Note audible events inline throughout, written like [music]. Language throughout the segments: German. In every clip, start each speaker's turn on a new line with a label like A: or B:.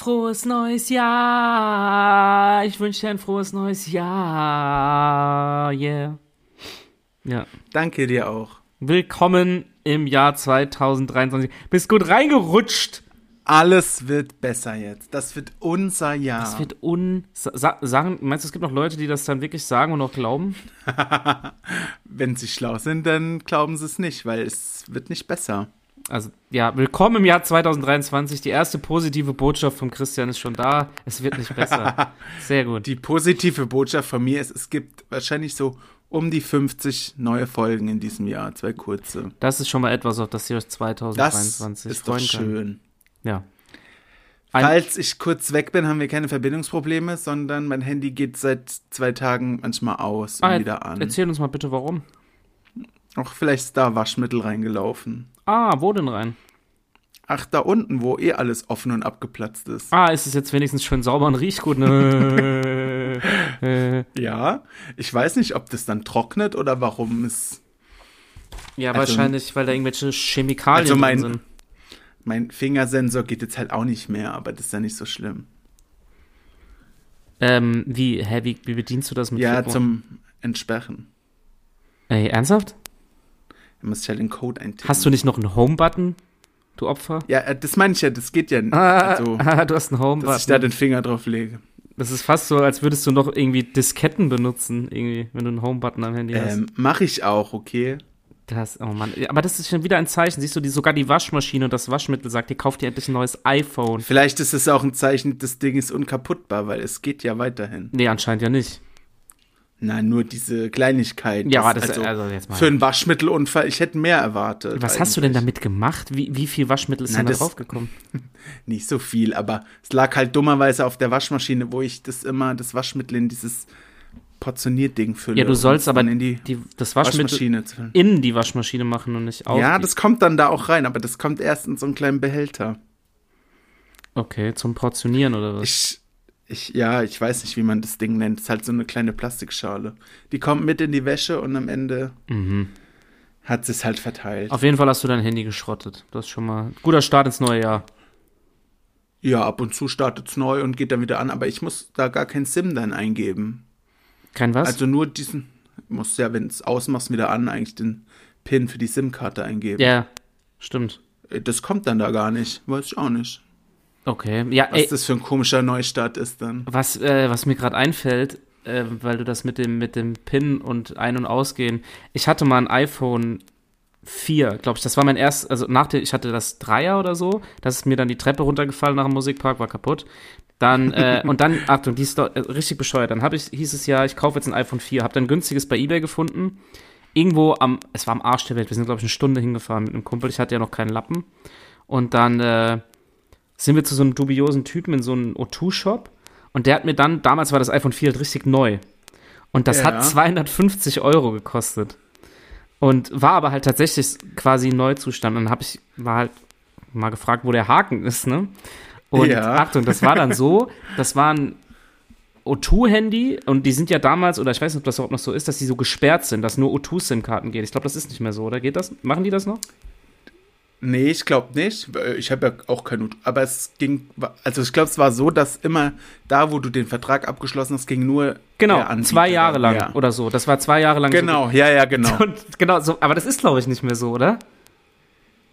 A: Frohes neues Jahr. Ich wünsche dir ein frohes neues Jahr. Yeah. Ja.
B: Danke dir auch.
A: Willkommen im Jahr 2023. Bist gut reingerutscht.
B: Alles wird besser jetzt. Das wird unser Jahr.
A: Das wird un. Sa sagen, meinst du, es gibt noch Leute, die das dann wirklich sagen und auch glauben?
B: Wenn sie schlau sind, dann glauben sie es nicht, weil es wird nicht besser.
A: Also, ja, willkommen im Jahr 2023. Die erste positive Botschaft von Christian ist schon da. Es wird nicht [laughs] besser. Sehr gut.
B: Die positive Botschaft von mir ist, es gibt wahrscheinlich so um die 50 neue Folgen in diesem Jahr, zwei kurze.
A: Das ist schon mal etwas, auf das ihr euch 2023
B: das ist doch schön.
A: Ja. Ein-
B: Falls ich kurz weg bin, haben wir keine Verbindungsprobleme, sondern mein Handy geht seit zwei Tagen manchmal aus und
A: Ah,
B: wieder an.
A: Erzähl uns mal bitte, warum.
B: Auch vielleicht ist da Waschmittel reingelaufen.
A: Ah, wo denn rein?
B: Ach, da unten, wo eh alles offen und abgeplatzt ist.
A: Ah, ist es jetzt wenigstens schön sauber und riecht gut?
B: [laughs]
A: Ne? äh,
B: Ja, ich weiß nicht, ob das dann trocknet oder warum es.
A: ja,
B: Also-
A: wahrscheinlich, weil da irgendwelche Chemikalien
B: Also mein-
A: drin sind.
B: Mein Fingersensor geht jetzt halt auch nicht mehr, aber das ist ja nicht so schlimm.
A: Ähm, wie, hä, wie, wie bedienst du das mit
B: Ja,
A: Fico?
B: zum Entsperren.
A: Ey, ernsthaft?
B: Da muss ich halt den Code eintippen.
A: Hast du nicht noch einen Home-Button, du Opfer?
B: Ja, äh, das meine ich ja, das
A: [laughs]
B: geht ja nicht.
A: Ah,
B: also,
A: ah, du hast einen
B: dass ich da
A: Home-Button.
B: den Finger drauf lege.
A: Das ist fast so, als würdest du noch irgendwie Disketten benutzen, irgendwie, wenn du einen Home-Button am Handy hast.
B: Ähm, Mache ich auch, okay?
A: Das, oh Mann. Ja, Aber das ist schon wieder ein Zeichen. Siehst du, die, sogar die Waschmaschine und das Waschmittel sagt, ihr kauft dir endlich ein neues iPhone.
B: Vielleicht ist es auch ein Zeichen, das Ding ist unkaputtbar, weil es geht ja weiterhin.
A: Nee, anscheinend ja nicht.
B: Nein, nur diese Kleinigkeit.
A: Ja, das, also, jetzt mal.
B: Für einen Waschmittelunfall, ich hätte mehr erwartet.
A: Was hast du denn
B: eigentlich.
A: damit gemacht? Wie, wie viel Waschmittel ist
B: Na,
A: denn da
B: das-
A: draufgekommen?
B: Nicht so viel, aber es lag halt dummerweise auf der Waschmaschine, wo ich das immer, das Waschmittel in dieses Portionierding fülle.
A: Ja, du
B: um
A: sollst
B: es
A: aber
B: dann in die
A: die, das Waschmittel
B: Waschmaschine zu füllen.
A: in die Waschmaschine machen und nicht auf.
B: Ja,
A: die-
B: das kommt dann da auch rein, aber das kommt erst in so einen kleinen Behälter.
A: Okay, zum Portionieren oder was?
B: Ich, ich, ja, ich weiß nicht, wie man das Ding nennt. Es ist halt so eine kleine Plastikschale. Die kommt mit in die Wäsche und am Ende
A: Mhm.
B: hat sie es halt verteilt.
A: Auf jeden Fall hast du dein Handy geschrottet. Das ist schon mal ein guter Start ins neue Jahr.
B: Ja, ab und zu startet es neu und geht dann wieder an, aber ich muss da gar kein SIM dann eingeben.
A: Kein was?
B: Also nur diesen, muss ja, wenn es ausmachst, wieder an, eigentlich den PIN für die SIM-Karte eingeben.
A: ja, stimmt.
B: Das kommt dann da gar nicht. Weiß ich auch nicht.
A: Okay. Ja,
B: Was
A: ey,
B: das für ein komischer Neustart ist dann.
A: Was, äh, was mir gerade einfällt, äh, weil du das mit dem, mit dem PIN und Ein- und Ausgehen. Ich hatte mal ein iPhone 4, glaube ich. Das war mein erst, also nach der, ich hatte das Dreier oder so. Das ist mir dann die Treppe runtergefallen nach dem Musikpark, war kaputt. Dann, äh, und dann, Achtung, die ist doch, äh, richtig bescheuert. Dann hab ich, hieß es ja, ich kaufe jetzt ein iPhone 4, habe dann günstiges bei Ebay gefunden. Irgendwo am, es war am Arsch der Welt, wir sind, glaube ich, eine Stunde hingefahren mit einem Kumpel. Ich hatte ja noch keinen Lappen. Und dann äh, sind wir zu so einem dubiosen Typen in so einem O2-Shop. Und der hat mir dann, damals war das iPhone 4 halt richtig neu. Und das
B: Ja.
A: hat 250 Euro gekostet. Und war aber halt tatsächlich quasi ein Neuzustand. Und dann habe ich, war halt mal gefragt, wo der Haken ist, ne? Und
B: Ja.
A: Achtung, das war dann so, das war ein O2-Handy und die sind ja damals, oder ich weiß nicht, ob das überhaupt noch so ist, dass die so gesperrt sind, dass nur O2-SIM-Karten gehen. Ich glaube, das ist nicht mehr so, oder? Geht das? Machen die das noch?
B: Nee, ich glaube nicht. weil Ich habe ja auch kein Ut- Aber es ging, also ich glaube, es war so, dass immer da, wo du den Vertrag abgeschlossen hast, ging nur
A: Genau,
B: der Anbieter
A: zwei Jahre
B: dann.
A: lang
B: Ja.
A: oder so. Das war zwei Jahre lang.
B: Genau, ja,
A: [laughs]
B: ja,
A: So,
B: genau.
A: und genau so, aber das ist, glaube ich, nicht mehr so, oder?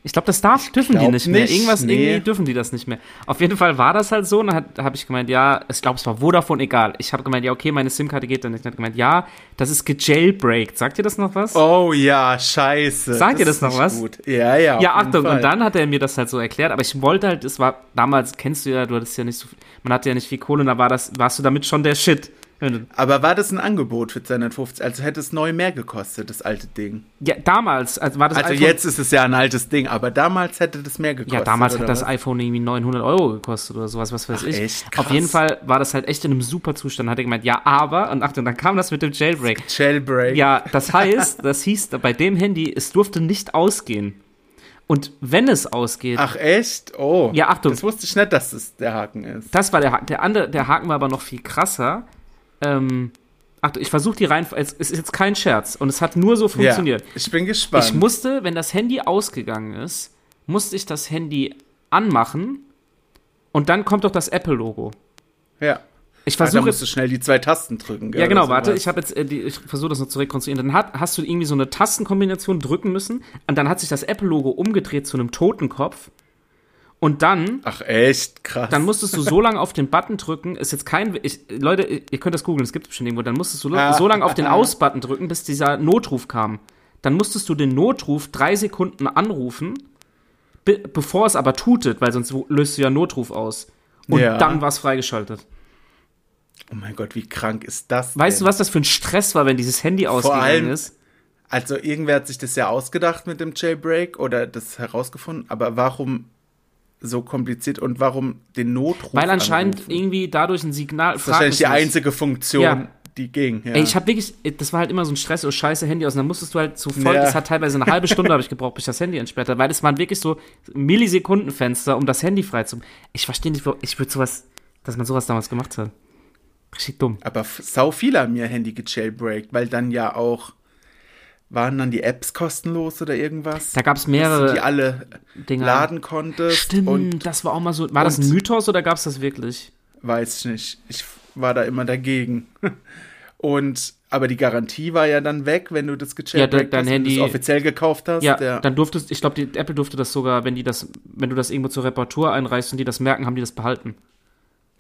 A: Ich glaube, das darf, dürfen die
B: glaub
A: nicht, mehr.
B: nicht,
A: Irgendwas,
B: nee.
A: irgendwie dürfen die das nicht mehr. Auf jeden Fall war das halt so und dann habe ich gemeint, ja, ich glaube, es war Vodafone, egal. Ich habe gemeint, ja, okay, meine SIM-Karte geht dann nicht. Dann hat gemeint, ja, das ist gejailbreakt. Sagt ihr das noch was?
B: Oh ja, scheiße.
A: Sagt ihr das
B: ist
A: noch
B: nicht
A: was?
B: Gut. Ja, ja. auf
A: Ja,
B: jeden
A: Achtung,
B: Fall.
A: und dann hat er mir das halt so erklärt, aber ich wollte halt, es war, damals kennst du ja, du hattest ja nicht so viel, man hatte ja nicht viel Kohle und da war das, warst du damit schon der Shit. Wenn du-
B: Aber war das ein Angebot für 250? Also hätte es neu mehr gekostet, das alte Ding.
A: Ja, damals, also war das
B: Also
A: iPhone,
B: jetzt ist es ja ein altes Ding, aber damals hätte das mehr gekostet.
A: ja, damals
B: oder
A: hat das
B: was?
A: iPhone irgendwie 900 Euro gekostet oder sowas, was weiß
B: Ach,
A: ich.
B: echt?
A: Auf
B: Krass.
A: jeden Fall war das halt echt in einem super Zustand, hat er gemeint, ja, aber, und Achtung, dann kam das mit dem Jailbreak.
B: Jailbreak.
A: Ja, das heißt, das hieß bei dem Handy, es durfte nicht ausgehen. Und wenn es ausgeht,
B: Ach echt? Oh.
A: Ja, Achtung.
B: Das wusste ich nicht, dass das der Haken ist.
A: Das war der Haken. Der, andere, der Haken war aber noch viel krasser. Ähm, ach, ich versuche die Reihenfolge. Es ist jetzt kein Scherz. Und es hat nur so funktioniert.
B: Ja, ich bin gespannt.
A: Ich musste, wenn das Handy ausgegangen ist, musste ich das Handy anmachen, Und dann kommt doch das Apple-Logo.
B: Ja.
A: Ich
B: Ah, da
A: versuche
B: musst du schnell die zwei Tasten drücken. Gell?
A: Ja, genau,
B: oder
A: warte,
B: sowas.
A: ich habe jetzt, äh, die, ich versuche das noch zu rekonstruieren. Dann hat, hast du irgendwie so eine Tastenkombination drücken müssen und dann hat sich das Apple-Logo umgedreht zu einem Totenkopf und dann,
B: Ach, echt? Krass.
A: dann musstest du so lange auf den Button drücken, ist jetzt kein, ich, Leute, ihr könnt das googeln, es gibt es bestimmt irgendwo, dann musstest du
B: Ah.
A: so lange auf den Aus-Button drücken, bis dieser Notruf kam. Dann musstest du den Notruf drei Sekunden anrufen, be bevor es aber tutet, weil sonst löst du ja Notruf aus. Und
B: Ja.
A: dann war es freigeschaltet.
B: oh mein Gott, wie krank ist das
A: Weißt
B: denn?
A: du, was das für ein Stress war, wenn dieses Handy ausgegangen
B: allem-
A: ist?
B: Also irgendwer hat sich das ja ausgedacht mit dem Jailbreak oder das herausgefunden, aber warum so kompliziert und warum den Notruf
A: Weil anscheinend
B: anrufen?
A: irgendwie dadurch ein Signal.
B: Das ist wahrscheinlich die
A: frag mich nicht.
B: einzige Funktion,
A: Ja.
B: die ging. Ja.
A: Ey, ich habe wirklich, das war halt immer so ein Stress, oh scheiße, Handy aus. Und dann musstest du halt zu voll,
B: Ja.
A: das hat teilweise eine halbe Stunde habe ich gebraucht, bis ich das Handy entsperrt habe, weil es waren wirklich so Millisekundenfenster, um das Handy frei zu. Ich verstehe nicht, warum- ich würde sowas, dass man sowas damals gemacht hat. Richtig dumm.
B: aber f- sau viele haben ihr Handy gejailbreakt, weil dann ja auch waren dann die Apps kostenlos oder irgendwas,
A: Da gab es
B: dass du die
A: mehrere
B: alle
A: Dinger.
B: laden konntest
A: Stimmt,
B: und
A: das war auch mal so. War das ein
B: und-
A: Mythos oder gab es das wirklich?
B: weiß ich nicht. Ich war da immer dagegen. [laughs] Und aber die Garantie war ja dann weg, wenn du das gejailbreakt
A: Ja, de- dein
B: hast und
A: Handy-
B: das offiziell gekauft hast.
A: Ja,
B: der-
A: dann durftest, ich glaube, Apple durfte das sogar, wenn die das, wenn du das irgendwo zur Reparatur einreichst und die das merken, haben die das behalten.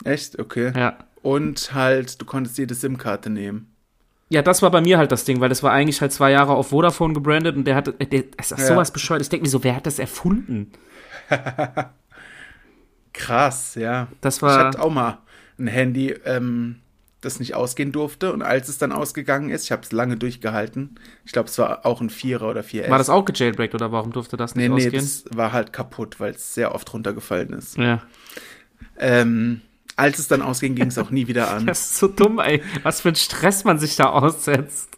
B: Echt? Okay.
A: Ja.
B: Und halt, du konntest jede SIM-Karte nehmen.
A: Ja, das war bei mir halt das Ding, weil das war eigentlich halt zwei Jahre auf Vodafone gebrandet und der hatte, äh, der, das ist
B: Ja.
A: sowas bescheuert. Ich denke mir so, wer hat das erfunden?
B: Krass, ja.
A: Das
B: Ich
A: war,
B: hatte auch mal ein Handy, ähm, das nicht ausgehen durfte. Und als es dann ausgegangen ist, ich habe es lange durchgehalten. Ich glaube, es war auch ein Vierer oder 4S.
A: war das auch gejailbreakt oder warum durfte das
B: Nee,
A: nicht
B: nee,
A: ausgehen?
B: das war halt kaputt, weil es sehr oft runtergefallen ist.
A: ja.
B: Ähm, als es dann ausging, ging es auch nie wieder
A: [laughs] [laughs]
B: an.
A: Das ist so dumm, ey. Was für ein Stress man sich da aussetzt.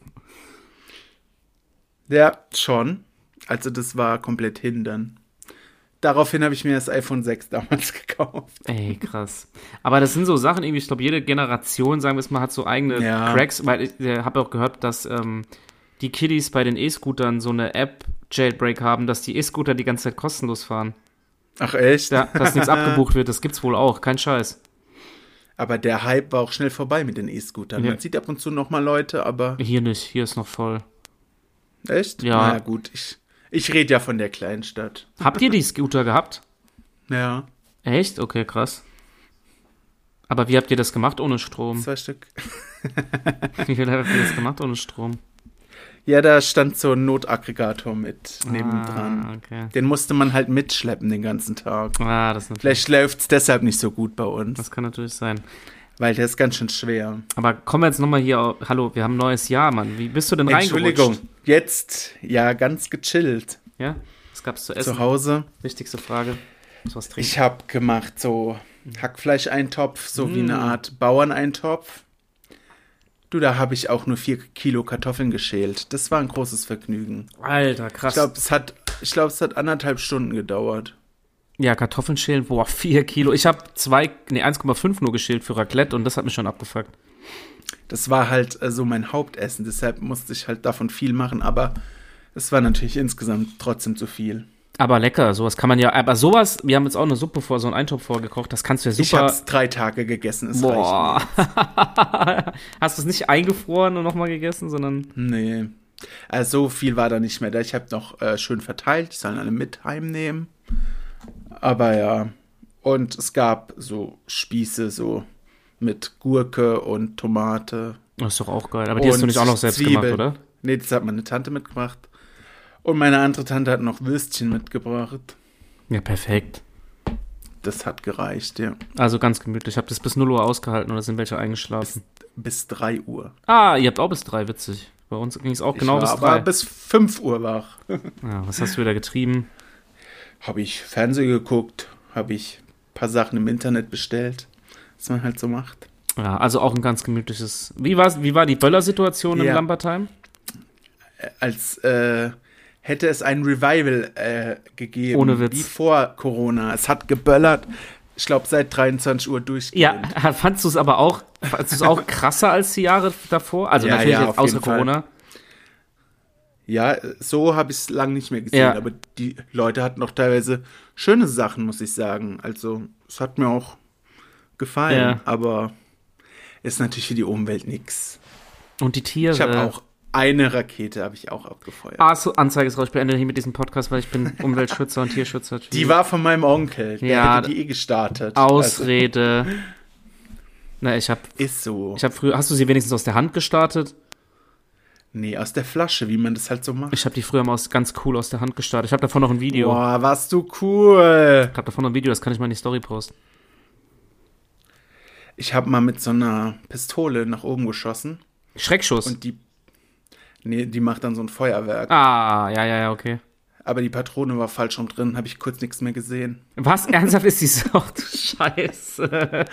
B: Ja, schon. Also das war komplett hindern. Daraufhin habe ich mir das iPhone 6 damals [laughs] gekauft.
A: Ey, krass. Aber das sind so Sachen, irgendwie, ich glaube, jede Generation, sagen wir es mal, hat so eigene
B: Ja.
A: Cracks, weil ich äh, habe auch gehört, dass ähm, die Kiddies bei den E-Scootern so eine App Jailbreak haben, dass die E-Scooter die ganze Zeit kostenlos fahren.
B: Ach echt?
A: Ja, dass
B: [laughs]
A: nichts abgebucht wird, das gibt's wohl auch, kein Scheiß.
B: Aber der Hype war auch schnell vorbei mit den E-Scootern.
A: Ja.
B: Man sieht ab und zu nochmal Leute, aber
A: Hier nicht, hier ist noch voll.
B: echt?
A: Ja.
B: Na gut, ich, ich rede ja von der Kleinstadt.
A: Habt ihr die Scooter gehabt?
B: Ja,
A: Echt? Okay, krass. Aber wie habt ihr das gemacht ohne Strom?
B: zwei Stück.
A: [laughs] Wie habt ihr das gemacht ohne Strom?
B: Ja, da stand so ein Notaggregator mit nebendran.
A: Ah, okay.
B: Den musste man halt mitschleppen den ganzen Tag.
A: Ah, das, ist natürlich,
B: Vielleicht läuft es deshalb nicht so gut bei uns,
A: das kann natürlich sein.
B: weil der ist ganz schön schwer.
A: Aber kommen wir jetzt nochmal hier. au- Hallo, wir haben ein neues Jahr, Mann. Wie bist du denn reingerutscht?
B: Entschuldigung, jetzt ja ganz gechillt
A: Ja? Was gab's zu
B: zu
A: essen?
B: Hause.
A: Wichtigste Frage. Muss was trinken?
B: Ich habe gemacht so Hackfleisch-Eintopf, so wie
A: Mm.
B: eine Art Bauerneintopf. Du, da habe ich auch nur vier Kilo Kartoffeln geschält. Das war ein großes Vergnügen.
A: Alter, krass.
B: Ich glaube, es hat, ich glaube, es hat anderthalb Stunden gedauert.
A: ja, Kartoffeln schälen. Boah, 4 Kilo. Ich habe zwei, nee, 1,5 nur geschält für Raclette und das hat mich schon abgefuckt.
B: Das war halt äh, so mein Hauptessen, deshalb musste ich halt davon viel machen, aber es war natürlich insgesamt trotzdem zu viel.
A: Aber lecker, sowas kann man ja. Aber sowas, wir haben jetzt auch eine Suppe vor, so einen Eintopf vorgekocht, das kannst du ja
B: Ich habe
A: super.
B: es drei Tage gegessen, es reicht.
A: Boah. [laughs] Hast du es nicht eingefroren und nochmal gegessen, sondern.
B: Nee. Also so viel war da nicht mehr da. Ich habe noch äh, schön verteilt, die sollen alle mit heimnehmen. Aber ja. Und es gab so Spieße, so mit Gurke und Tomate.
A: Das ist doch auch geil. Aber die hast du
B: und
A: nicht auch noch selbst
B: Zwiebeln.
A: gemacht, oder?
B: Nee, das hat meine Tante mitgemacht. Und meine andere Tante hat noch Würstchen mitgebracht.
A: Ja, perfekt.
B: Das hat gereicht, ja.
A: Also ganz gemütlich. Ich habe das bis 0 Uhr ausgehalten oder sind welche eingeschlafen.
B: Bis 3 Uhr.
A: Ah, ihr habt auch bis drei, witzig. Bei uns ging es auch genau
B: ich
A: bis
B: war aber
A: drei.
B: bis 5 Uhr wach.
A: Ja, was hast du wieder getrieben?
B: Habe ich Fernsehen geguckt, habe ich ein paar Sachen im Internet bestellt, was man halt so macht.
A: Ja, also auch ein ganz gemütliches. Wie, war's, wie war die Böller-Situation
B: Ja.
A: im Lambertheim?
B: als äh, hätte es ein Revival äh, gegeben.
A: Ohne Witz.
B: Wie vor Corona. Es hat geböllert. Ich glaube, seit 23 Uhr
A: Ja,
B: durchgehend.
A: [laughs] fandst du es aber auch,
B: [laughs]
A: fandst du es auch krasser als die Jahre davor? Also
B: Ja,
A: natürlich
B: ja,
A: jetzt
B: auf
A: außer
B: jeden Fall.
A: Corona.
B: Ja. Ja, so habe ich es lang nicht mehr gesehen,
A: Ja.
B: aber die Leute hatten auch teilweise schöne Sachen, muss ich sagen. Also, es hat mir auch gefallen,
A: Ja.
B: aber ist natürlich für die Umwelt nix.
A: Und die Tiere.
B: Ich habe auch eine Rakete habe ich auch abgefeuert.
A: Äh. Ah, so, Anzeige ist raus. Ich beende hier mit diesem Podcast, weil ich bin Umweltschützer und Tierschützer.
B: [laughs] Die war von meinem Onkel, der
A: Ja,
B: hätte die eh gestartet. Also,
A: Ausrede. Na, ich habe
B: ist so.
A: ich hab früher. Hast du sie wenigstens aus der Hand gestartet?
B: Nee, aus der Flasche, wie man das halt so macht.
A: Ich habe die früher mal aus, ganz cool aus der Hand gestartet. Ich habe davon noch ein Video.
B: Boah, warst du cool.
A: Ich habe davon noch ein Video, das kann ich mal in die Story posten.
B: Ich habe mal mit so einer Pistole nach oben geschossen
A: Schreckschuss.
B: und die. Nee, die macht dann so ein Feuerwerk.
A: ah, ja, ja, ja, okay.
B: Aber die Patrone war falsch rum drin, habe ich kurz nichts mehr gesehen. [laughs]
A: Was? Ernsthaft ist die so? Ach du Scheiße.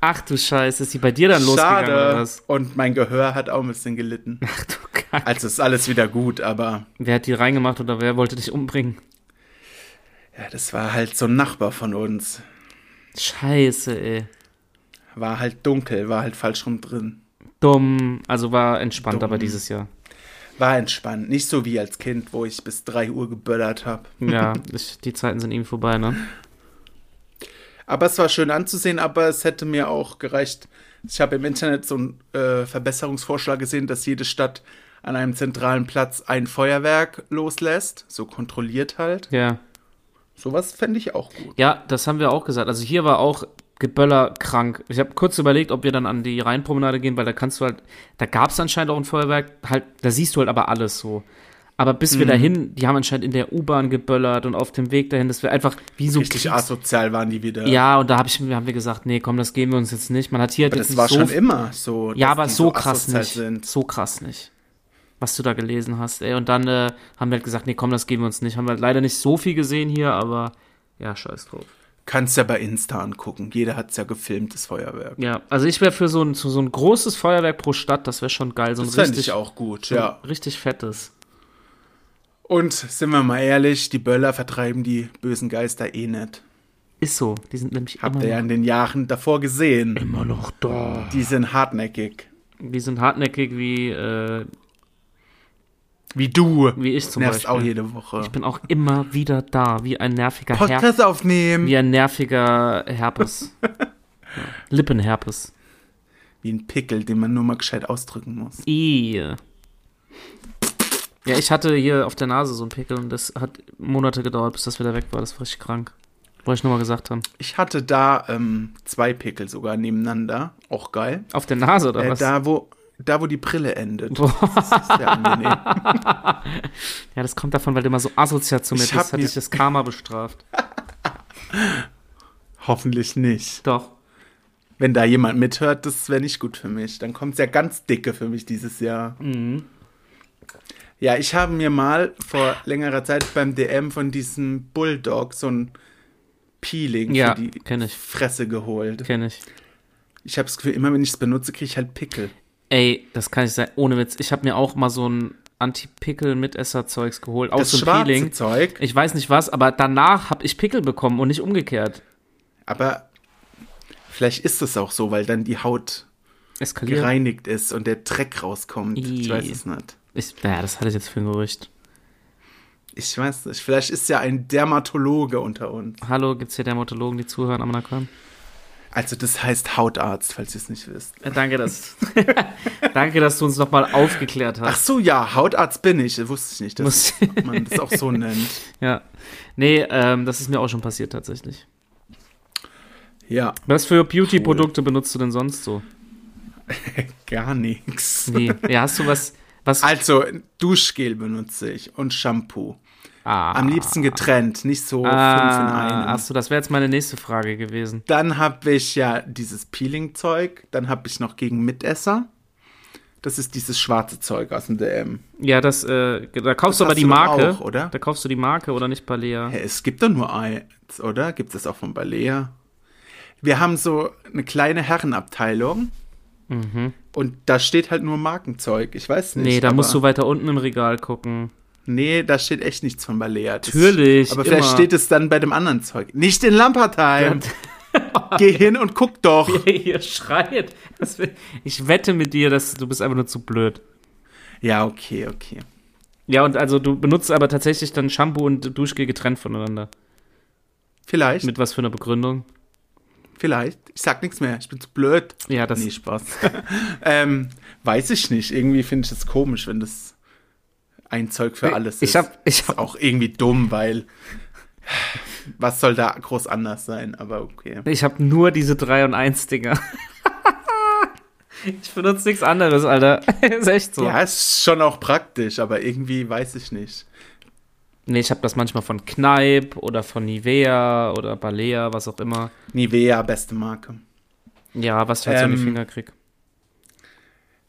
A: Ach du Scheiße, ist die bei dir dann losgegangen oder
B: Schade.
A: was?
B: Und mein Gehör hat auch ein
A: [laughs]
B: bisschen gelitten.
A: Ach du Kacke.
B: Also ist alles wieder gut, aber
A: Wer hat die reingemacht oder wer wollte dich umbringen?
B: ja, das war halt so ein Nachbar von uns.
A: Scheiße, ey.
B: War halt dunkel, war halt falsch rum drin.
A: Dumm. Also war entspannt,
B: Dumm.
A: aber dieses Jahr.
B: War entspannt. Nicht so wie als Kind, wo ich bis 3 Uhr geböllert habe. [laughs]
A: Ja, ich, die Zeiten sind irgendwie vorbei, ne?
B: Aber es war schön anzusehen, aber es hätte mir auch gereicht. Ich habe im Internet so einen äh, Verbesserungsvorschlag gesehen, dass jede Stadt an einem zentralen Platz ein Feuerwerk loslässt. So kontrolliert halt.
A: Ja.
B: Sowas fände ich auch gut.
A: Ja, das haben wir auch gesagt. Also hier war auch Geböller krank. Ich habe kurz überlegt, ob wir dann an die Rheinpromenade gehen, weil da kannst du halt, da gab es anscheinend auch ein Feuerwerk, halt, da siehst du halt aber alles so. Aber bis
B: Mhm.
A: wir dahin, die haben anscheinend in der U-Bahn geböllert und auf dem Weg dahin, das wäre einfach wie so
B: Richtig
A: Kriegs-
B: asozial waren die wieder.
A: Ja, und da hab ich, haben wir gesagt, nee, komm, das geben wir uns jetzt nicht. Man hat hier
B: aber
A: halt jetzt
B: das
A: nicht
B: war
A: so
B: schon immer so.
A: Ja,
B: dass
A: aber
B: die
A: so krass
B: asozial
A: nicht.
B: Sind.
A: So krass nicht. Was du da gelesen hast, ey. Und dann äh, haben wir halt gesagt, nee, komm, das geben wir uns nicht. Haben wir halt leider nicht so viel gesehen hier, aber ja, scheiß drauf.
B: Kannst ja bei Insta angucken. Jeder hat es ja gefilmt, das Feuerwerk.
A: Ja, also ich wäre für so ein, so so ein großes Feuerwerk pro Stadt, das wäre schon geil. So ein
B: Das fände
A: richtig,
B: ich auch gut,
A: so ein
B: ja.
A: richtig fettes.
B: Und sind wir mal ehrlich, die Böller vertreiben die bösen Geister eh nicht.
A: Ist so. Die sind nämlich
B: Habt
A: immer,
B: ihr ja in den Jahren davor gesehen.
A: immer noch da.
B: Die sind hartnäckig.
A: Die sind hartnäckig wie, äh,
B: Wie du.
A: wie ich zum
B: Nervst
A: Beispiel.
B: auch jede Woche.
A: Ich bin auch immer wieder da, wie ein nerviger Herpes.
B: Podcast aufnehmen.
A: Wie ein nerviger
B: [laughs]
A: Herpes. ja. Lippenherpes.
B: Wie ein Pickel, den man nur mal gescheit ausdrücken muss.
A: Ehe. Ja, ich hatte hier auf der Nase so einen Pickel und das hat Monate gedauert, bis das wieder weg war. Das war richtig krank. Wollte ich nochmal gesagt haben.
B: Ich hatte da ähm, zwei Pickel sogar nebeneinander. Auch geil.
A: Auf der Nase oder
B: Äh,
A: was?
B: da, wo, da, wo die Brille
A: [laughs]
B: endet.
A: Boah.
B: Das ist sehr angenehm.
A: Ja, das kommt davon, weil du immer so asozial zu mir
B: Ich hab
A: bist, hat
B: mir-
A: dich das Karma bestraft.
B: Hoffentlich nicht.
A: Doch.
B: Wenn da jemand mithört, das wäre nicht gut für mich. Dann kommt es ja ganz dicke für mich dieses Jahr.
A: Mhm.
B: Ja, ich habe mir mal vor längerer Zeit beim DM von diesem Bulldog so ein Peeling
A: Ja,
B: für die
A: kenn ich.
B: Fresse geholt.
A: Kenn ich.
B: Ich habe das Gefühl, immer wenn ich es benutze, kriege ich halt Pickel.
A: Ey, das kann ich sein. Ohne Witz. Ich habe mir auch mal so ein Anti-Pickel-Mitesser-Zeugs geholt. Aus
B: Das
A: dem
B: schwarze
A: Peeling.
B: Zeug,
A: Ich weiß nicht was, aber danach habe ich Pickel bekommen und nicht umgekehrt.
B: aber vielleicht ist es auch so, weil dann die Haut
A: Eskaliert.
B: gereinigt ist und der Dreck rauskommt. Ich
A: Ih.
B: weiß es nicht.
A: Ich, naja, das hatte ich jetzt für ein Gerücht.
B: Ich weiß nicht. Vielleicht ist ja ein Dermatologe unter uns.
A: Hallo, gibt's hier Dermatologen, die zuhören am Nakan?
B: Also das heißt Hautarzt, falls ihr es nicht wisst.
A: Äh, danke, dass, [laughs] danke, dass du uns nochmal aufgeklärt
B: Ach
A: hast.
B: so, ja, Hautarzt bin ich. Wusste ich nicht, dass
A: Muss,
B: man das auch so nennt.
A: [laughs] ja. Nee, ähm, das ist mir auch schon passiert tatsächlich.
B: Ja,
A: Was für Beauty-Produkte benutzt du denn sonst so?
B: gar nichts.
A: Nee. Ja, hast du was? Was?
B: Also, Duschgel benutze ich und Shampoo.
A: Ah,
B: Am liebsten getrennt, nicht so fünf in
A: ah,
B: einem.
A: hast du? Das wäre jetzt meine nächste Frage gewesen.
B: Dann habe ich ja dieses Peeling-Zeug. Dann habe ich noch gegen Mitesser. Das ist dieses schwarze Zeug aus dem DM.
A: Ja, das. Äh, da kaufst du
B: hast
A: aber die
B: du doch
A: Marke,
B: auch, oder?
A: Da kaufst du die Marke oder nicht Balea?
B: Hä, Äh, Es gibt doch nur eins, oder? Gibt es das auch von Balea? Wir haben so eine kleine Herrenabteilung. Und da steht halt nur Markenzeug. Ich weiß nicht.
A: Mhm. Nee, da
B: aber-
A: musst du weiter unten im Regal
B: [laughs]
A: gucken.
B: Nee, da steht echt nichts von Balea. Das-
A: Natürlich,
B: Aber vielleicht
A: immer.
B: steht es dann bei dem anderen Zeug. Nicht in Lampertheim. Geh hin und guck doch.
A: Ihr schreit. Das wär- ich wette mit dir, dass du bist einfach nur zu blöd.
B: Ja, okay, okay.
A: Ja, und also du benutzt aber tatsächlich dann Shampoo und Duschgel getrennt voneinander.
B: Vielleicht,
A: Mit was für einer Begründung?
B: vielleicht. Ich sag nichts mehr, ich bin zu blöd.
A: Ja, das.
B: nee, Spaß. ähm, weiß ich nicht. Irgendwie finde ich es komisch, wenn das ein Zeug für alles
A: ich
B: ist.
A: hab, ich
B: ist
A: hab,
B: auch irgendwie dumm, weil was soll da groß anders sein? Aber okay.
A: ich hab nur diese 3 und 1 Dinger. [laughs] ich benutze nichts anderes, Alter. [laughs] ist echt so.
B: Ja, ist schon auch praktisch, aber irgendwie weiß ich nicht.
A: Nee, ich hab das manchmal von Kneip oder von Nivea oder Balea, was auch immer.
B: Nivea, beste Marke.
A: Ja, was ich halt so in die
B: Ähm.
A: Finger krieg.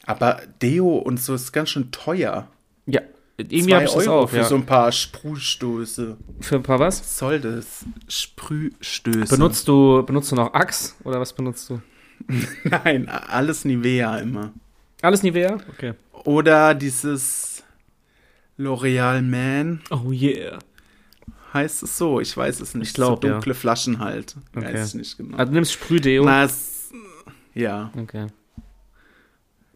B: Aber Deo und so ist ganz schön teuer.
A: Ja, irgendwie
B: Zwei
A: hab ich das
B: Euro
A: auch.
B: für
A: Ja.
B: so ein paar Sprühstöße.
A: für ein paar was?
B: Was soll das? Sprühstöße.
A: Benutzt du, benutzt du noch Axe oder was benutzt du?
B: [laughs] Nein, alles Nivea immer.
A: Alles Nivea? Okay.
B: Oder dieses L'Oreal Man.
A: Oh yeah.
B: Heißt es so? Ich weiß es nicht.
A: Ich glaub,
B: so
A: ja.
B: dunkle Flaschen halt.
A: Okay.
B: Weiß ich nicht genau.
A: Also du nimmst Sprühdeo.
B: Na, es, ja.
A: Okay.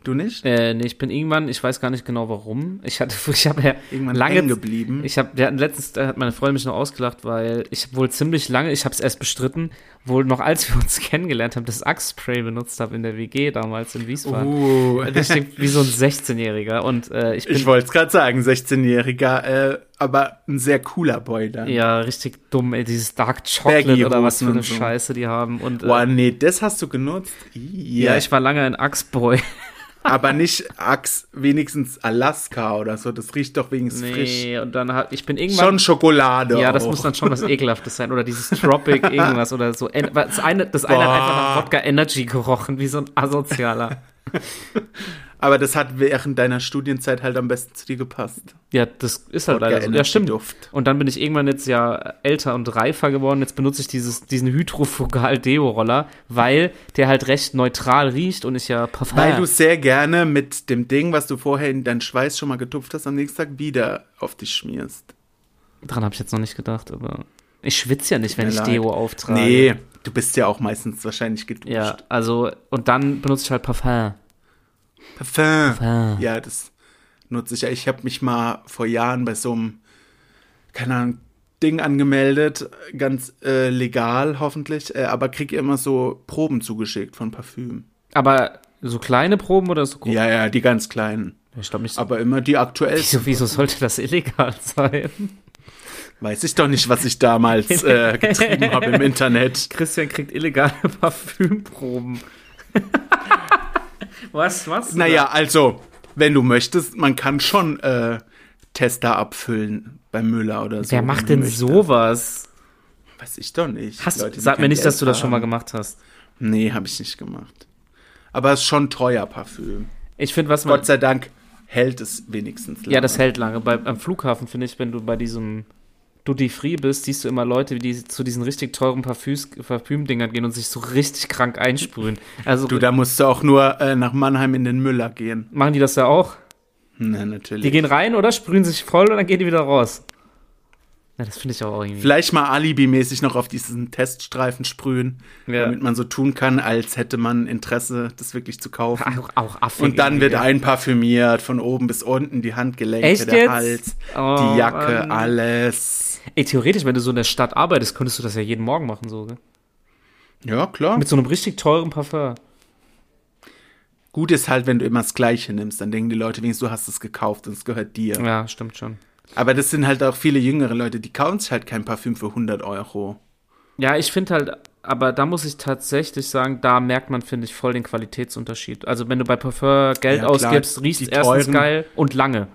B: Du nicht?
A: Äh, nee, ich bin irgendwann, ich weiß gar nicht genau warum. Ich hatte, [laughs] ich habe ja
B: Irgendwann
A: lange
B: hängen geblieben.
A: Ich habe, letztens da hat meine Freundin mich noch ausgelacht, weil ich wohl ziemlich lange, ich habe es erst bestritten, wohl noch als wir uns [laughs] kennengelernt haben, das Axe-Spray benutzt habe in der WG damals in Wiesbaden.
B: Uh,
A: Das klingt wie so ein 16-Jähriger und äh, ich bin
B: ich wollte es gerade sagen, 16-Jähriger, äh, aber ein sehr cooler Boy dann.
A: ja richtig dumm, ey, dieses Dark Chocolate
B: Baggy
A: oder was für
B: Hosen
A: eine
B: und so.
A: Scheiße die haben. Und, äh,
B: Boah, nee, das hast du genutzt. Ih,
A: ja, ich war lange ein
B: [laughs]
A: Axe-Boy.
B: aber nicht Axe, wenigstens Alaska oder so. Das riecht doch wenigstens frisch.
A: Nee, und dann hat, ich bin irgendwann.
B: Schon Schokolade.
A: Ja, das
B: auch.
A: muss dann schon was Ekelhaftes sein. Oder dieses
B: [laughs]
A: Tropic irgendwas oder so. En- weil Das eine, das eine hat
B: Boah.
A: einfach nach Wodka Energy gerochen, wie so ein Asozialer.
B: Aber das hat während deiner Studienzeit halt am besten zu dir gepasst.
A: Ja, das ist halt
B: Wodka
A: leider so. Ja,
B: Energy
A: stimmt.
B: Duft.
A: Und dann bin ich irgendwann jetzt ja älter und reifer geworden. Jetzt benutze ich dieses, diesen Hydrofugal-Deo-Roller, weil der halt recht neutral riecht und ich ja Parfum.
B: Weil du sehr gerne mit dem Ding, was du vorher in deinen Schweiß schon mal getupft hast, am nächsten Tag wieder auf dich schmierst.
A: Dran habe ich jetzt noch nicht gedacht, aber ich schwitze ja nicht, wenn
B: Mir
A: ich
B: leid.
A: Deo auftrage.
B: Nee, du bist ja auch meistens wahrscheinlich geduscht.
A: Ja, also, und dann benutze ich halt Parfum.
B: Parfum.
A: Parfum.
B: Ja, das nutze ich ja. Ich habe mich mal vor Jahren bei so einem, keine Ahnung, Ding angemeldet, ganz äh, legal hoffentlich, äh, aber krieg immer so Proben zugeschickt von Parfüm.
A: Aber so kleine Proben oder so große?
B: Ja, ja, die ganz kleinen.
A: Ich glaube [laughs] nicht so.
B: Aber immer die aktuellsten.
A: Wieso, wieso sollte das illegal sein?
B: Weiß ich doch nicht, was ich damals äh, getrieben habe im Internet.
A: Christian kriegt
B: [laughs]
A: illegale Parfümproben. [laughs] was, was?
B: Naja, also, wenn du möchtest, man kann schon äh, Tester abfüllen bei Müller oder so.
A: Wer
B: wenn
A: macht
B: man
A: denn
B: möchte.
A: sowas?
B: Weiß ich doch nicht.
A: Hast,
B: Leute, die
A: sag mir
B: kein
A: nicht, dass
B: Geld
A: du das schon mal
B: haben.
A: gemacht hast.
B: Nee, habe ich nicht gemacht. Aber es ist schon teuer Parfüm.
A: Ich finde, was man.
B: Gott sei Dank hält es wenigstens lange.
A: ja, das hält lange. Bei, am Flughafen finde ich, wenn du bei diesem Duty Free bist, siehst du immer Leute, die zu diesen richtig teuren Parfüms, Parfümdingern gehen und sich so richtig krank einsprühen. Also
B: Du, da musst du auch nur äh, nach Mannheim in den Müller gehen.
A: machen die das ja auch.
B: Na,
A: Die
B: natürlich.
A: gehen rein, oder? Sprühen sich voll und dann gehen die wieder raus. Ja, das finde ich auch irgendwie.
B: Vielleicht mal alibimäßig noch auf diesen Teststreifen sprühen,
A: Ja.
B: damit man so tun kann, als hätte man Interesse, das wirklich zu kaufen.
A: Auch, auch affig.
B: Und dann wird
A: irgendwie.
B: einparfümiert, von oben bis unten, die Handgelenke,
A: Echt
B: der
A: jetzt?
B: Hals,
A: Oh,
B: die Jacke,
A: Mann.
B: alles.
A: Ey, theoretisch, wenn du so in der Stadt arbeitest, könntest du das ja jeden Morgen machen, so, gell?
B: Ja, klar.
A: Mit so einem richtig teuren Parfum.
B: Gut ist halt, wenn du immer das Gleiche nimmst, dann denken die Leute wenigstens, du hast es gekauft und es gehört dir.
A: Ja, stimmt schon.
B: Aber das sind halt auch viele jüngere Leute, die kaufen sich halt kein Parfüm für 100 Euro.
A: Ja, ich finde halt, aber da muss ich tatsächlich sagen, da merkt man, finde ich, voll den Qualitätsunterschied. Also, wenn du bei Parfum Geld
B: Ja, klar,
A: ausgibst,
B: die
A: riecht es erstens
B: teuren-
A: geil und lange.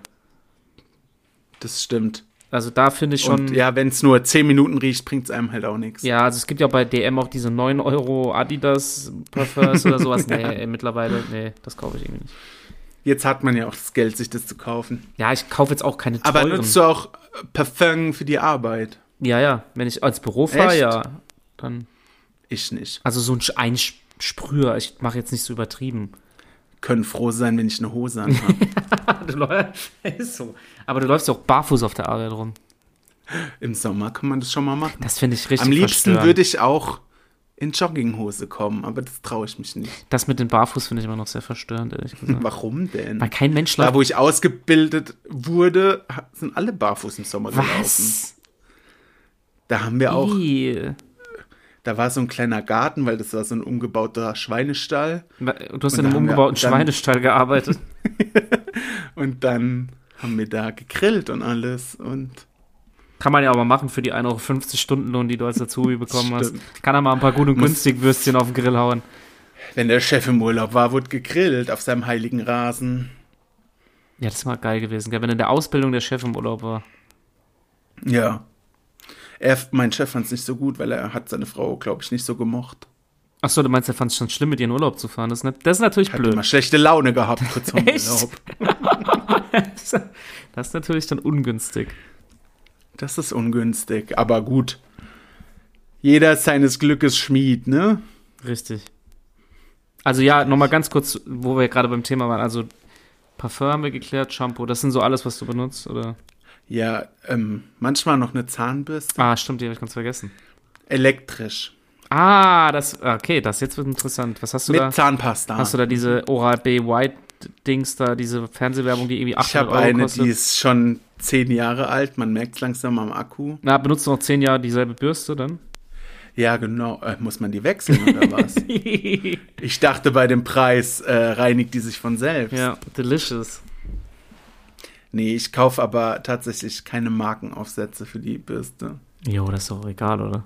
B: Das stimmt.
A: Also, da finde ich schon.
B: Und ja, wenn es nur 10 Minuten riecht, bringt es einem halt auch nichts.
A: Ja, also es gibt ja auch bei DM auch diese 9 Euro Adidas Parfums oder
B: [laughs]
A: sowas. Nee, ey, mittlerweile, nee, das kaufe ich irgendwie nicht.
B: Jetzt hat man ja auch das Geld, sich das zu kaufen.
A: Ja, ich kaufe jetzt auch keine
B: Aber
A: teuren.
B: nutzt du auch äh, Parfüm für die Arbeit?
A: ja, ja, wenn ich als Büro fahre,
B: Echt?
A: ja, dann
B: Ich nicht.
A: Also so ein Sch- ein Sch- Sprüher, ich mache jetzt nicht so
B: [laughs]
A: übertrieben.
B: Können froh sein, wenn ich eine Hose
A: [laughs]
B: anhabe.
A: Du läu- [laughs] ist so. Aber du läufst ja auch barfuß auf der Arbeit rum.
B: Im Sommer kann man das schon mal machen.
A: Das finde ich richtig
B: Am liebsten
A: verstörend.
B: würde ich auch in Jogginghose kommen, aber das traue ich mich nicht.
A: Das mit den Barfuß finde ich immer noch sehr verstörend, ehrlich
B: [laughs]
A: gesagt.
B: Warum denn?
A: Weil kein Mensch
B: Da,
A: läuft.
B: wo ich ausgebildet wurde, ha- sind alle barfuß im Sommer gelaufen.
A: Was?
B: Da haben wir auch,
A: Ih.
B: da war so ein kleiner Garten, weil das war so ein umgebauter Schweinestall.
A: Wa- Du hast
B: Und
A: in
B: da
A: einem
B: haben wir
A: umgebauten
B: dann-
A: Schweinestall gearbeitet. [laughs]
B: Und dann haben wir da gegrillt und alles. Und
A: Kann man ja auch mal machen für die 1,50 Euro Stundenlohn, die du als Azubi bekommen hast.
B: Stimmt.
A: Kann er mal ein paar gute und
B: Muss-
A: günstig Würstchen auf den Grill hauen.
B: wenn der Chef im Urlaub war, wurde gegrillt auf seinem heiligen Rasen.
A: Ja, das war geil gewesen, gell? wenn in der Ausbildung der Chef im Urlaub war.
B: Ja. Er, mein Chef fand es nicht so gut, weil er hat seine Frau, glaube ich, nicht so gemocht.
A: Achso, du meinst, er fand es schon schlimm, mit dir in Urlaub zu fahren. Das ist, nat- das ist natürlich
B: Hat
A: blöd.
B: immer schlechte Laune gehabt kurz
A: [laughs]
B: vorm
A: Echt?
B: Urlaub.
A: Das ist natürlich dann ungünstig.
B: Das ist ungünstig, aber gut. Jeder ist seines Glückes Schmied, ne?
A: Richtig. Also ja, nochmal ganz kurz, wo wir gerade beim Thema waren. Also Parfum haben wir geklärt, Shampoo, das sind so alles, was du benutzt, oder?
B: Ja, ähm, manchmal noch eine Zahnbürste.
A: Ah, stimmt, die habe ich ganz vergessen.
B: Elektrisch.
A: Ah, das, okay, das jetzt wird interessant. Was hast du
B: mit
A: da?
B: Zahnpasta.
A: Hast du da diese Oral-B White-Dings da, diese Fernsehwerbung, die irgendwie
B: ich
A: 800
B: habe
A: Euro
B: eine,
A: kostet?
B: die ist schon zehn Jahre alt. Man merkt es langsam am Akku.
A: Na, benutzt du noch zehn Jahre dieselbe Bürste dann?
B: Ja, genau. Äh, muss man die wechseln
A: [laughs]
B: oder was? Ich dachte, bei dem Preis äh, reinigt die sich von selbst.
A: ja, delicious.
B: Nee, ich kaufe aber tatsächlich keine Markenaufsätze für die Bürste.
A: Jo, das ist doch egal, oder?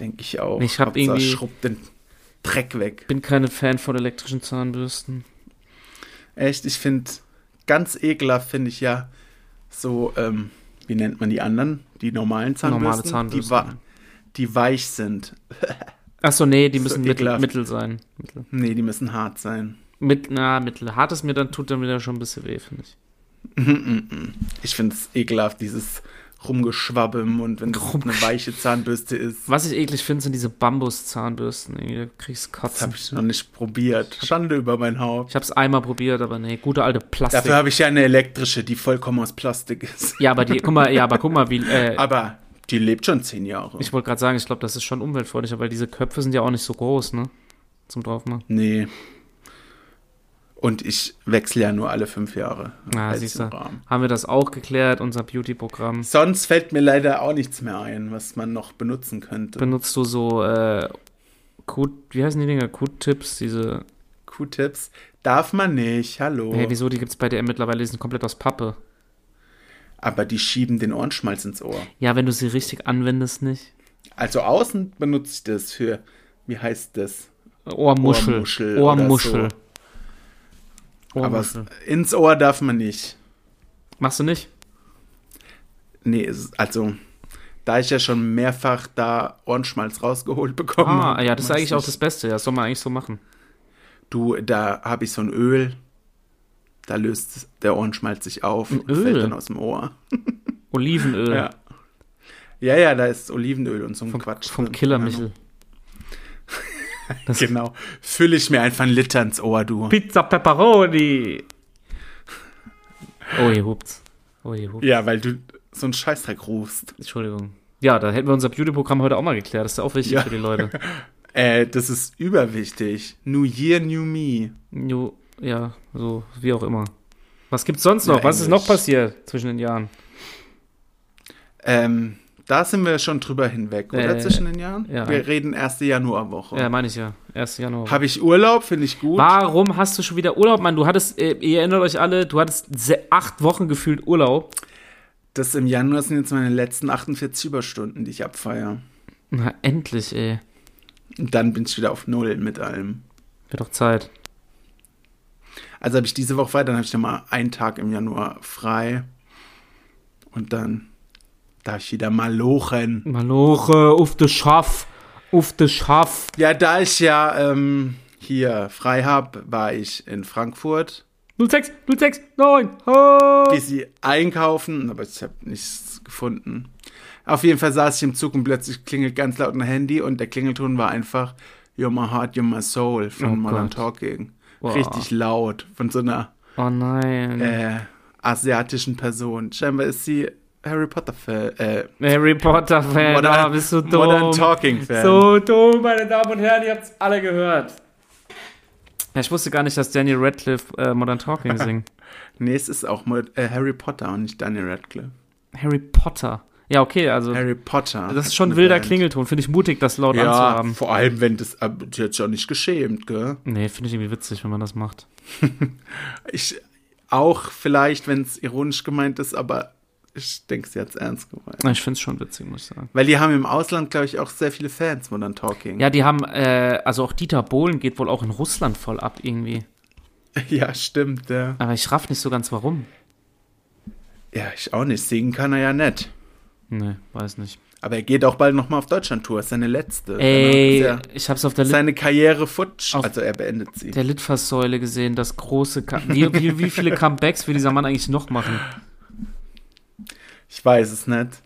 B: Denke ich auch.
A: Ich hab
B: Hauptsache,
A: irgendwie-
B: schrubbt den Dreck weg.
A: Bin keine Fan von elektrischen Zahnbürsten.
B: Echt, ich finde, ganz ekelhaft finde ich ja so, ähm, wie nennt man die anderen? Die normalen Zahnbürsten?
A: Normale
B: Die,
A: Zahnbürsten.
B: wa die weich sind.
A: Achso, nee, die
B: So
A: müssen mittel,
B: ekelhaft.
A: mittel sein. Mittel.
B: Nee, die müssen hart sein.
A: Mit, na, mittel. Hart ist mir dann, tut dann wieder schon ein bisschen weh, finde ich.
B: Ich finde es ekelhaft, dieses Rumgeschwabbe im Mund, wenn es eine
A: Rumgesch-
B: weiche Zahnbürste ist.
A: Was ich eklig finde, sind diese Bambus-Zahnbürsten. irgendwie, Da kriegst du
B: Das habe
A: Kotzen.
B: ich noch
A: [laughs]
B: nicht probiert. Schande über mein Haupt.
A: Ich hab's einmal probiert, aber nee, gute alte Plastik.
B: Dafür habe ich ja eine elektrische, die vollkommen aus Plastik ist.
A: ja, aber die, guck mal, ja, aber guck mal, wie, äh,
B: Aber die lebt schon zehn Jahre.
A: Ich wollte gerade sagen, ich glaube, das ist schon umweltfreundlicher, weil diese Köpfe sind ja auch nicht so groß, ne? Zum draufmachen.
B: Nee. Und ich wechsle ja nur alle fünf Jahre.
A: Ah,
B: Halt's
A: siehst
B: im
A: du.
B: Rahmen.
A: Haben wir das auch geklärt, unser Beauty-Programm?
B: Sonst fällt mir leider auch nichts mehr ein, was man noch benutzen könnte.
A: Benutzt du so, äh, Q, wie heißen die Dinger? Q-Tips, diese.
B: Q-Tips darf man nicht, hallo.
A: Hey, wieso? Die gibt's bei DM mittlerweile, die sind komplett aus Pappe.
B: Aber die schieben den Ohrenschmalz ins Ohr.
A: Ja, wenn du sie richtig anwendest, nicht?
B: Also außen benutze ich das für, wie heißt das?
A: Ohrmuschel.
B: Ohrmuschel
A: Ohrmuschel.
B: oder
A: Ohrmuschel.
B: Aber s- ins Ohr darf man nicht.
A: Machst du nicht?
B: Nee, es- also da ich ja schon mehrfach da Ohrenschmalz rausgeholt bekommen
A: Ah,
B: habe,
A: ja, das ist
B: weiß
A: eigentlich auch
B: ich-
A: das Beste. Ja, Das soll man eigentlich so machen.
B: Du, da habe ich so ein Öl. Da löst der Ohrenschmalz sich auf
A: Ein
B: und fällt
A: Öl?
B: dann aus dem Ohr.
A: Olivenöl.
B: Ja. Ja, ja, da ist Olivenöl und so ein
A: Vom,
B: Quatsch. Also,
A: vom
B: drin.
A: Killer
B: Keine
A: Michel.
B: Ahnung. Genau. Fülle ich mir einfach einen Liter ins Ohr, du.
A: Pizza Pepperoni. Oh, hier hupt's. Oh, hier hupt's.
B: Ja, weil du so einen Scheißdreck rufst.
A: Entschuldigung. Ja, da hätten wir unser Beauty-Programm heute auch mal geklärt. Das ist ja auch wichtig
B: Ja.
A: für die Leute.
B: Äh, das ist überwichtig. New Year, New Me.
A: New, ja, so, wie auch immer. Was gibt's sonst noch?
B: Ja,
A: Was ist noch
B: Englisch.
A: passiert zwischen den Jahren?
B: Ähm, da sind wir schon drüber hinweg, oder?
A: Äh,
B: Zwischen den Jahren?
A: ja.
B: Wir reden erste Januarwoche.
A: Ja, meine ich ja. 1. Januar.
B: Habe ich Urlaub? Finde ich gut.
A: Warum hast du schon wieder Urlaub, Mann? Du hattest, äh, ihr erinnert euch alle, du hattest se- acht Wochen gefühlt Urlaub.
B: Das im Januar sind jetzt meine letzten 48 Überstunden, die ich abfeiere.
A: Na, endlich, ey.
B: Und dann bin ich wieder auf Null mit allem.
A: Wird doch Zeit.
B: Also habe ich diese Woche frei, dann habe ich nochmal einen Tag im Januar frei. Und dann darf ich wieder mal lochen.
A: Maloche, auf de Schaff. Auf de Schaff.
B: Ja, da ich ja ähm, hier frei habe, war ich in Frankfurt.
A: 06, 06, 9. Ho!
B: Wie sie einkaufen, aber ich habe nichts gefunden. Auf jeden Fall saß ich im Zug und plötzlich klingelt ganz laut ein Handy und der Klingelton war einfach You're my heart, you're my soul von
A: Oh
B: Modern
A: Gott.
B: Talking.
A: Wow.
B: Richtig laut von so einer
A: Oh nein.
B: äh, asiatischen Person. Äh, Scheinbar ist sie Harry Potter Fan. Äh,
A: Harry Potter Fan,
B: Modern-
A: oh, bist du dumm.
B: Modern Talking Fan.
A: So dumm, meine Damen und Herren, ihr habt's alle gehört. Ja, ich wusste gar nicht, dass Daniel Radcliffe äh, Modern
B: [laughs]
A: Talking singt.
B: Nee, es ist auch mal, äh, Harry Potter und nicht Daniel Radcliffe.
A: Harry Potter. Ja, okay, also
B: Harry Potter.
A: das ist
B: hat
A: schon
B: eine
A: wilder
B: Band.
A: Klingelton. Finde ich mutig, das laut
B: Ja,
A: anzuhaben.
B: vor allem, wenn das. äh, Die hat sich auch nicht geschämt, gell?
A: Nee, finde ich irgendwie witzig, wenn man das macht.
B: Ich, auch vielleicht, wenn es ironisch gemeint ist, aber ich denke, sie hat es ernst gemeint.
A: Ich finde es schon witzig, muss ich sagen.
B: Weil die haben im Ausland, glaube ich, auch sehr viele Fans, Modern Talking.
A: Ja, die haben, äh, also auch Dieter Bohlen geht wohl auch in Russland voll ab irgendwie.
B: [laughs] ja stimmt, ja.
A: Aber ich raff nicht so ganz warum.
B: Ja, ich auch nicht. Singen kann er ja nicht.
A: Nee, weiß nicht.
B: Aber er geht auch bald nochmal auf Deutschland-Tour. Ist seine letzte. Genau,
A: Ey,
B: Seine,
A: ich hab's auf der, Lit
B: seine Karriere futsch.
A: Auf-
B: Also er beendet sie.
A: der Litfaßsäule gesehen, das große. Ka wie, wie, wie viele Comebacks will dieser Mann eigentlich noch machen?
B: Ich weiß es nicht.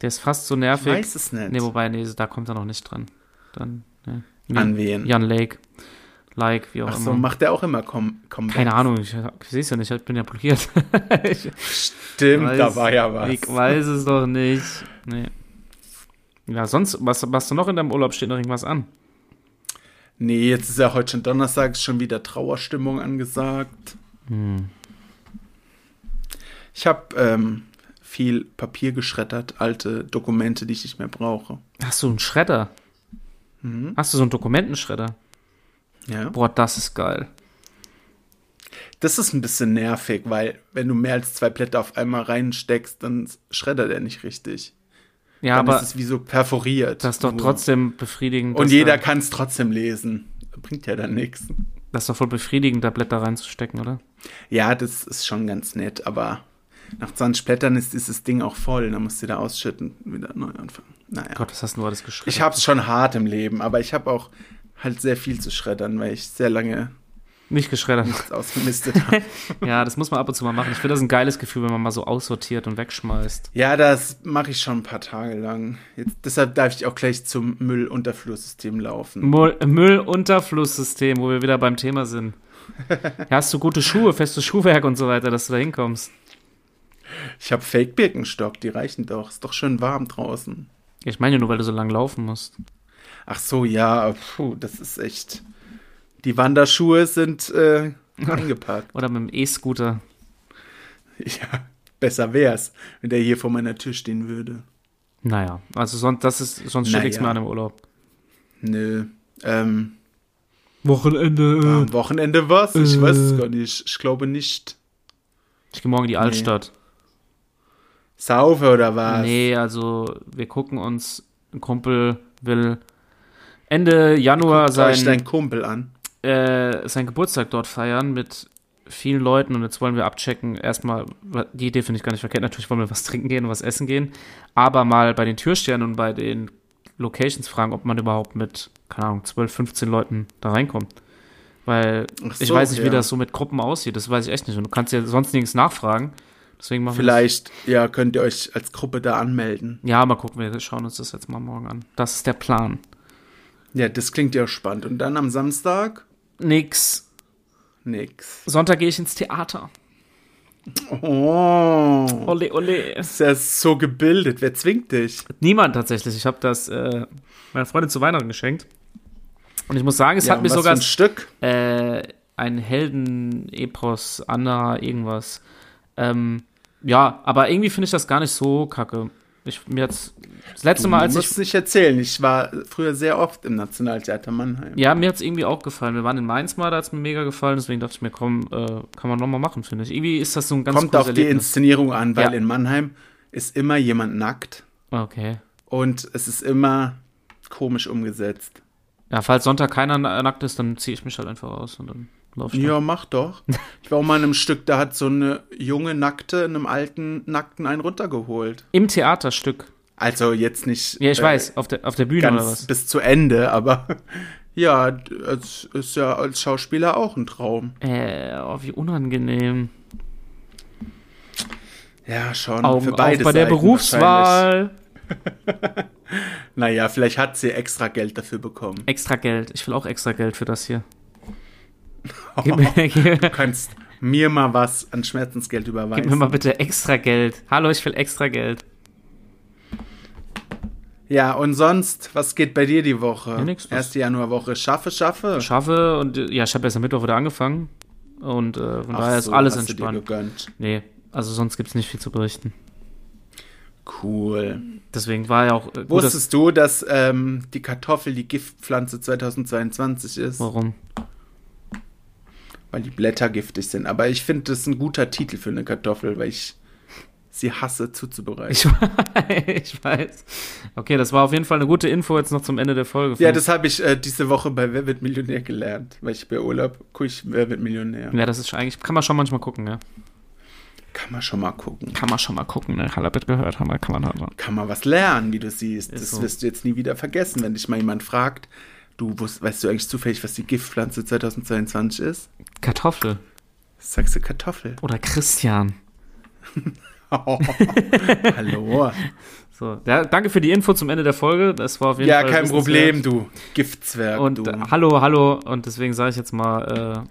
A: Der ist fast so
B: Ich
A: nervig.
B: weiß es nicht.
A: Nee, wobei, nee, da kommt er noch nicht dran. Dann, ne.
B: An wen?
A: Jan Lake. Like, wie auch
B: Ach so,
A: immer.
B: macht er auch immer Com Comeback.
A: Keine Ahnung, ich, ich sehe es ja nicht, ich bin ja blockiert. [laughs] ich
B: Stimmt, da war ja was.
A: Ich weiß es doch nicht. Nee. Ja, sonst, was machst du noch in deinem Urlaub? Steht noch irgendwas an?
B: Nee, jetzt ist ja heute schon Donnerstag, ist schon wieder Trauerstimmung angesagt.
A: Hm.
B: Ich habe ähm, viel Papier geschreddert, alte Dokumente, die ich nicht mehr brauche.
A: Hast du einen Schredder?
B: Mhm.
A: Hast du so einen Dokumentenschredder?
B: Ja.
A: Boah, das ist geil.
B: Das ist ein bisschen nervig, weil wenn du mehr als zwei Blätter auf einmal reinsteckst, dann schreddert er nicht richtig.
A: Ja,
B: dann
A: aber
B: ist es wie so perforiert.
A: das ist doch
B: Nur.
A: trotzdem befriedigend.
B: Und
A: dass
B: jeder
A: Da,
B: kann es trotzdem lesen. Bringt ja dann nichts.
A: das ist doch voll befriedigend, da Blätter reinzustecken, oder?
B: Ja, das ist schon ganz nett, aber nach 20 Blättern ist dieses Ding auch voll. Dann musst du da ausschütten, wieder neu anfangen. Naja.
A: Gott, was hast du alles geschrieben?
B: Ich hab's schon hart im Leben, aber ich habe auch halt sehr viel zu schreddern, weil ich sehr lange
A: Nicht geschreddert.
B: [laughs] nichts ausgemistet [laughs] habe.
A: ja, das muss man ab und zu mal machen. Ich finde das ein geiles Gefühl, wenn man mal so aussortiert und wegschmeißt.
B: ja, das mache ich schon ein paar Tage lang. Jetzt, deshalb darf ich auch gleich zum Müllunterflusssystem laufen.
A: Müll- Müllunterflusssystem, wo wir wieder beim Thema
B: [laughs]
A: sind. Ja, hast du gute Schuhe, festes Schuhwerk und so weiter, dass du da hinkommst?
B: Ich habe Fake Birkenstock, die reichen doch. Ist doch schön warm draußen.
A: Ich meine nur, weil du so lang laufen musst.
B: Ach so, ja, puh, das ist echt. Die Wanderschuhe
A: [laughs]
B: sind äh, eingepackt.
A: Oder mit dem E-Scooter.
B: Ja, besser wär's, wenn der hier vor meiner Tür stehen würde.
A: Naja, also sonst, das ist, sonst steht
B: Naja.
A: nichts mehr an im Urlaub.
B: Nö. Ähm,
A: Wochenende.
B: am Wochenende was? Ich
A: äh.
B: weiß es gar nicht. Ich glaube nicht.
A: Ich gehe morgen in die Altstadt.
B: Saufe oder was?
A: Nee, also wir gucken uns, ein Kumpel will Ende Januar
B: Sag ich
A: sein,
B: deinen Kumpel an.
A: äh, seinen Geburtstag dort feiern mit vielen Leuten und jetzt wollen wir abchecken. Erstmal, wa- die Idee finde ich gar nicht verkehrt. Natürlich wollen wir was trinken gehen und was essen gehen, aber mal bei den Türstern und bei den Locations fragen, ob man überhaupt mit, keine Ahnung, 12, 15 Leuten da reinkommt. Weil
B: Ach
A: ich
B: so,
A: weiß nicht, wie
B: ja.
A: das so mit Gruppen aussieht. Das weiß ich echt nicht. Und du kannst ja sonst nirgends nachfragen. Deswegen machen wir das-
B: Vielleicht, ja, könnt ihr euch als Gruppe da anmelden.
A: Ja, mal gucken, wir schauen uns das jetzt mal morgen an. Das ist der Plan.
B: Ja, das klingt ja spannend. Und dann am Samstag?
A: Nix.
B: Nix.
A: Sonntag gehe ich ins Theater.
B: Oh.
A: Ole, ole.
B: Ist ja so gebildet. Wer zwingt dich?
A: Niemand tatsächlich. Ich habe das äh, meiner Freundin zu Weihnachten geschenkt. Und ich muss sagen, es
B: ja,
A: hat
B: und
A: mir
B: was
A: sogar
B: für ein Stück.
A: äh, ein Helden-Epos, Anna, irgendwas. Ähm, ja, aber irgendwie finde ich das gar nicht so kacke. Ich mir jetzt das letzte Mal, als
B: du
A: ich
B: musst nicht erzählen. Ich war früher sehr oft im Nationaltheater Mannheim.
A: Ja, mir hat's irgendwie auch gefallen. Wir waren in Mainz mal, da hat's mir mega gefallen. Deswegen dachte ich mir, komm, äh, kann man nochmal machen, finde ich. Irgendwie ist das so ein ganz
B: Kommt
A: cooles
B: auf die Inszenierung an, weil
A: Ja.
B: in Mannheim ist immer jemand nackt
A: Ah, Okay.
B: und es ist immer komisch umgesetzt.
A: Ja, falls Sonntag keiner na- nackt ist, dann ziehe ich mich halt einfach aus und dann lauf ich. Ja.
B: Ja,
A: [laughs]
B: mach doch. Ich war auch mal in einem Stück, da hat so eine junge Nackte einem alten Nackten einen runtergeholt.
A: Im Theaterstück.
B: Also jetzt nicht
A: Ja, ich
B: äh,
A: weiß, auf der, auf der Bühne oder
B: ganz
A: was.
B: bis zu Ende, aber [laughs] ja, d- es ist ja als Schauspieler auch ein Traum.
A: Äh, oh, wie unangenehm.
B: Ja, schon.
A: Augen
B: für
A: auf
B: beide
A: bei der
B: Seiten wahrscheinlich.
A: Berufswahl.
B: Naja, vielleicht hat sie extra Geld dafür bekommen. [laughs]
A: Extra Geld. Ich will auch extra Geld für das hier. Gib mir, gib,
B: Du kannst mir mal was an Schmerzensgeld überweisen.
A: Gib mir mal bitte extra Geld. Hallo, ich will extra Geld.
B: Ja, und sonst, was geht bei dir die Woche?
A: Ja, nix, was-
B: Erste Januarwoche. Schaffe, schaffe.
A: Schaffe und äh, ja, ich habe erst am Mittwoch wieder angefangen. Und äh, von
B: Ach
A: daher
B: so,
A: ist alles
B: hast du dir
A: entspannt.
B: gegönnt.
A: Nee, also sonst gibt es nicht viel zu berichten.
B: Cool.
A: Deswegen war ja auch äh, gut, dass,
B: Wusstest du, dass ähm, die Kartoffel die Giftpflanze 2022 ist?
A: warum.
B: Weil die Blätter giftig sind. Aber ich finde, das ist ein guter Titel für eine Kartoffel, weil ich sie hasse zuzubereiten.
A: Ich, [laughs] ich weiß. Okay, das war auf jeden Fall eine gute Info jetzt noch zum Ende der Folge.
B: ja, das habe ich äh, diese Woche bei Wer wird Millionär gelernt. Weil ich bei Urlaub gucke ich Wer wird Millionär.
A: ja, das ist eigentlich, kann man schon manchmal gucken, ja.
B: Kann man schon mal gucken.
A: Kann man schon mal gucken, ne? Halabit gehört haben, wir, kann man hören.
B: Kann man was lernen, wie du siehst.
A: Ist
B: das
A: so.
B: wirst du jetzt nie wieder vergessen, wenn dich mal jemand fragt, du wusst, weißt du eigentlich zufällig, was die Giftpflanze 2022 ist?
A: Kartoffel
B: Sagst du Kartoffel. [laughs]
A: oder Christian.
B: Hallo.
A: So, ja, danke für die Info zum Ende der Folge. Das war auf jeden
B: Ja,
A: Fall
B: kein Problem,
A: wissenswert.
B: du Giftzwerg.
A: Und äh,
B: du.
A: hallo, hallo. Und deswegen sage ich jetzt mal,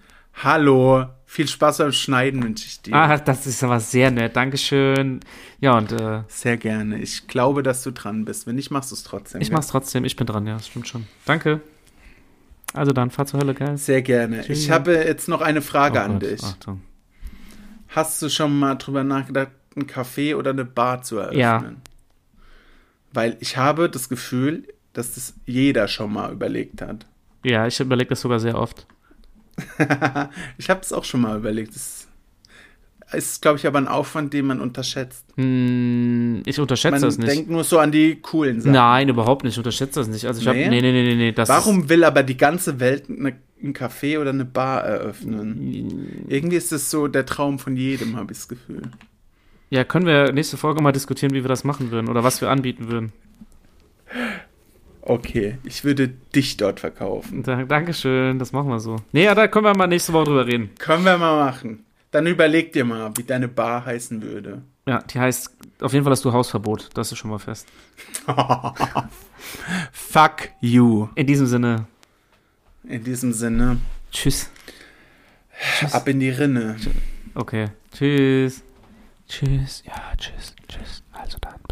B: Hallo. Viel Spaß beim Schneiden wünsche ich
A: äh,
B: dir.
A: ach, das ist aber sehr nett. Dankeschön. Ja, und äh,
B: Sehr gerne. Ich glaube, dass du dran bist. Wenn nicht, machst du es trotzdem.
A: ich
B: gell?
A: mach's trotzdem. Ich bin dran, ja, das stimmt schon. Danke. Also dann, fahr zur Hölle, geil.
B: Sehr gerne.
A: Tschüss.
B: Ich habe jetzt noch eine Frage
A: Oh
B: an
A: Gott,
B: dich.
A: Achtung.
B: Hast du schon mal drüber nachgedacht, einen Café oder eine Bar zu eröffnen?
A: Ja.
B: Weil ich habe das Gefühl, dass das jeder schon mal überlegt hat.
A: Ja, ich überlege das sogar sehr oft.
B: ich habe es auch schon mal überlegt. Das ist, glaube ich, aber ein Aufwand, den man unterschätzt.
A: Hm, ich unterschätze
B: Man
A: das nicht.
B: denkt nur so an die coolen Sachen.
A: Nein, überhaupt nicht. Ich unterschätze das nicht. Also ich
B: Nee?
A: habe, nee, nee, nee, nee, nee. Das
B: Warum will aber die ganze Welt eine, ein Café oder eine Bar eröffnen?
A: Ist,
B: Irgendwie ist das so der Traum von jedem, habe ich das Gefühl.
A: ja, können wir nächste Folge mal diskutieren, wie wir das machen würden oder was wir anbieten würden.
B: Okay, ich würde dich dort verkaufen.
A: Da, Dankeschön, das machen wir so. Nee, ja, da können wir mal nächste Woche drüber reden.
B: Können wir mal machen. Dann überleg dir mal, wie deine Bar heißen würde.
A: Ja, die heißt, auf jeden Fall hast du Hausverbot. Das ist schon mal fest.
B: [laughs] Fuck you.
A: In diesem Sinne,
B: In diesem Sinne,
A: tschüss.
B: ab in die Rinne.
A: Okay, tschüss. Tschüss, ja, tschüss, tschüss. Also dann, bis.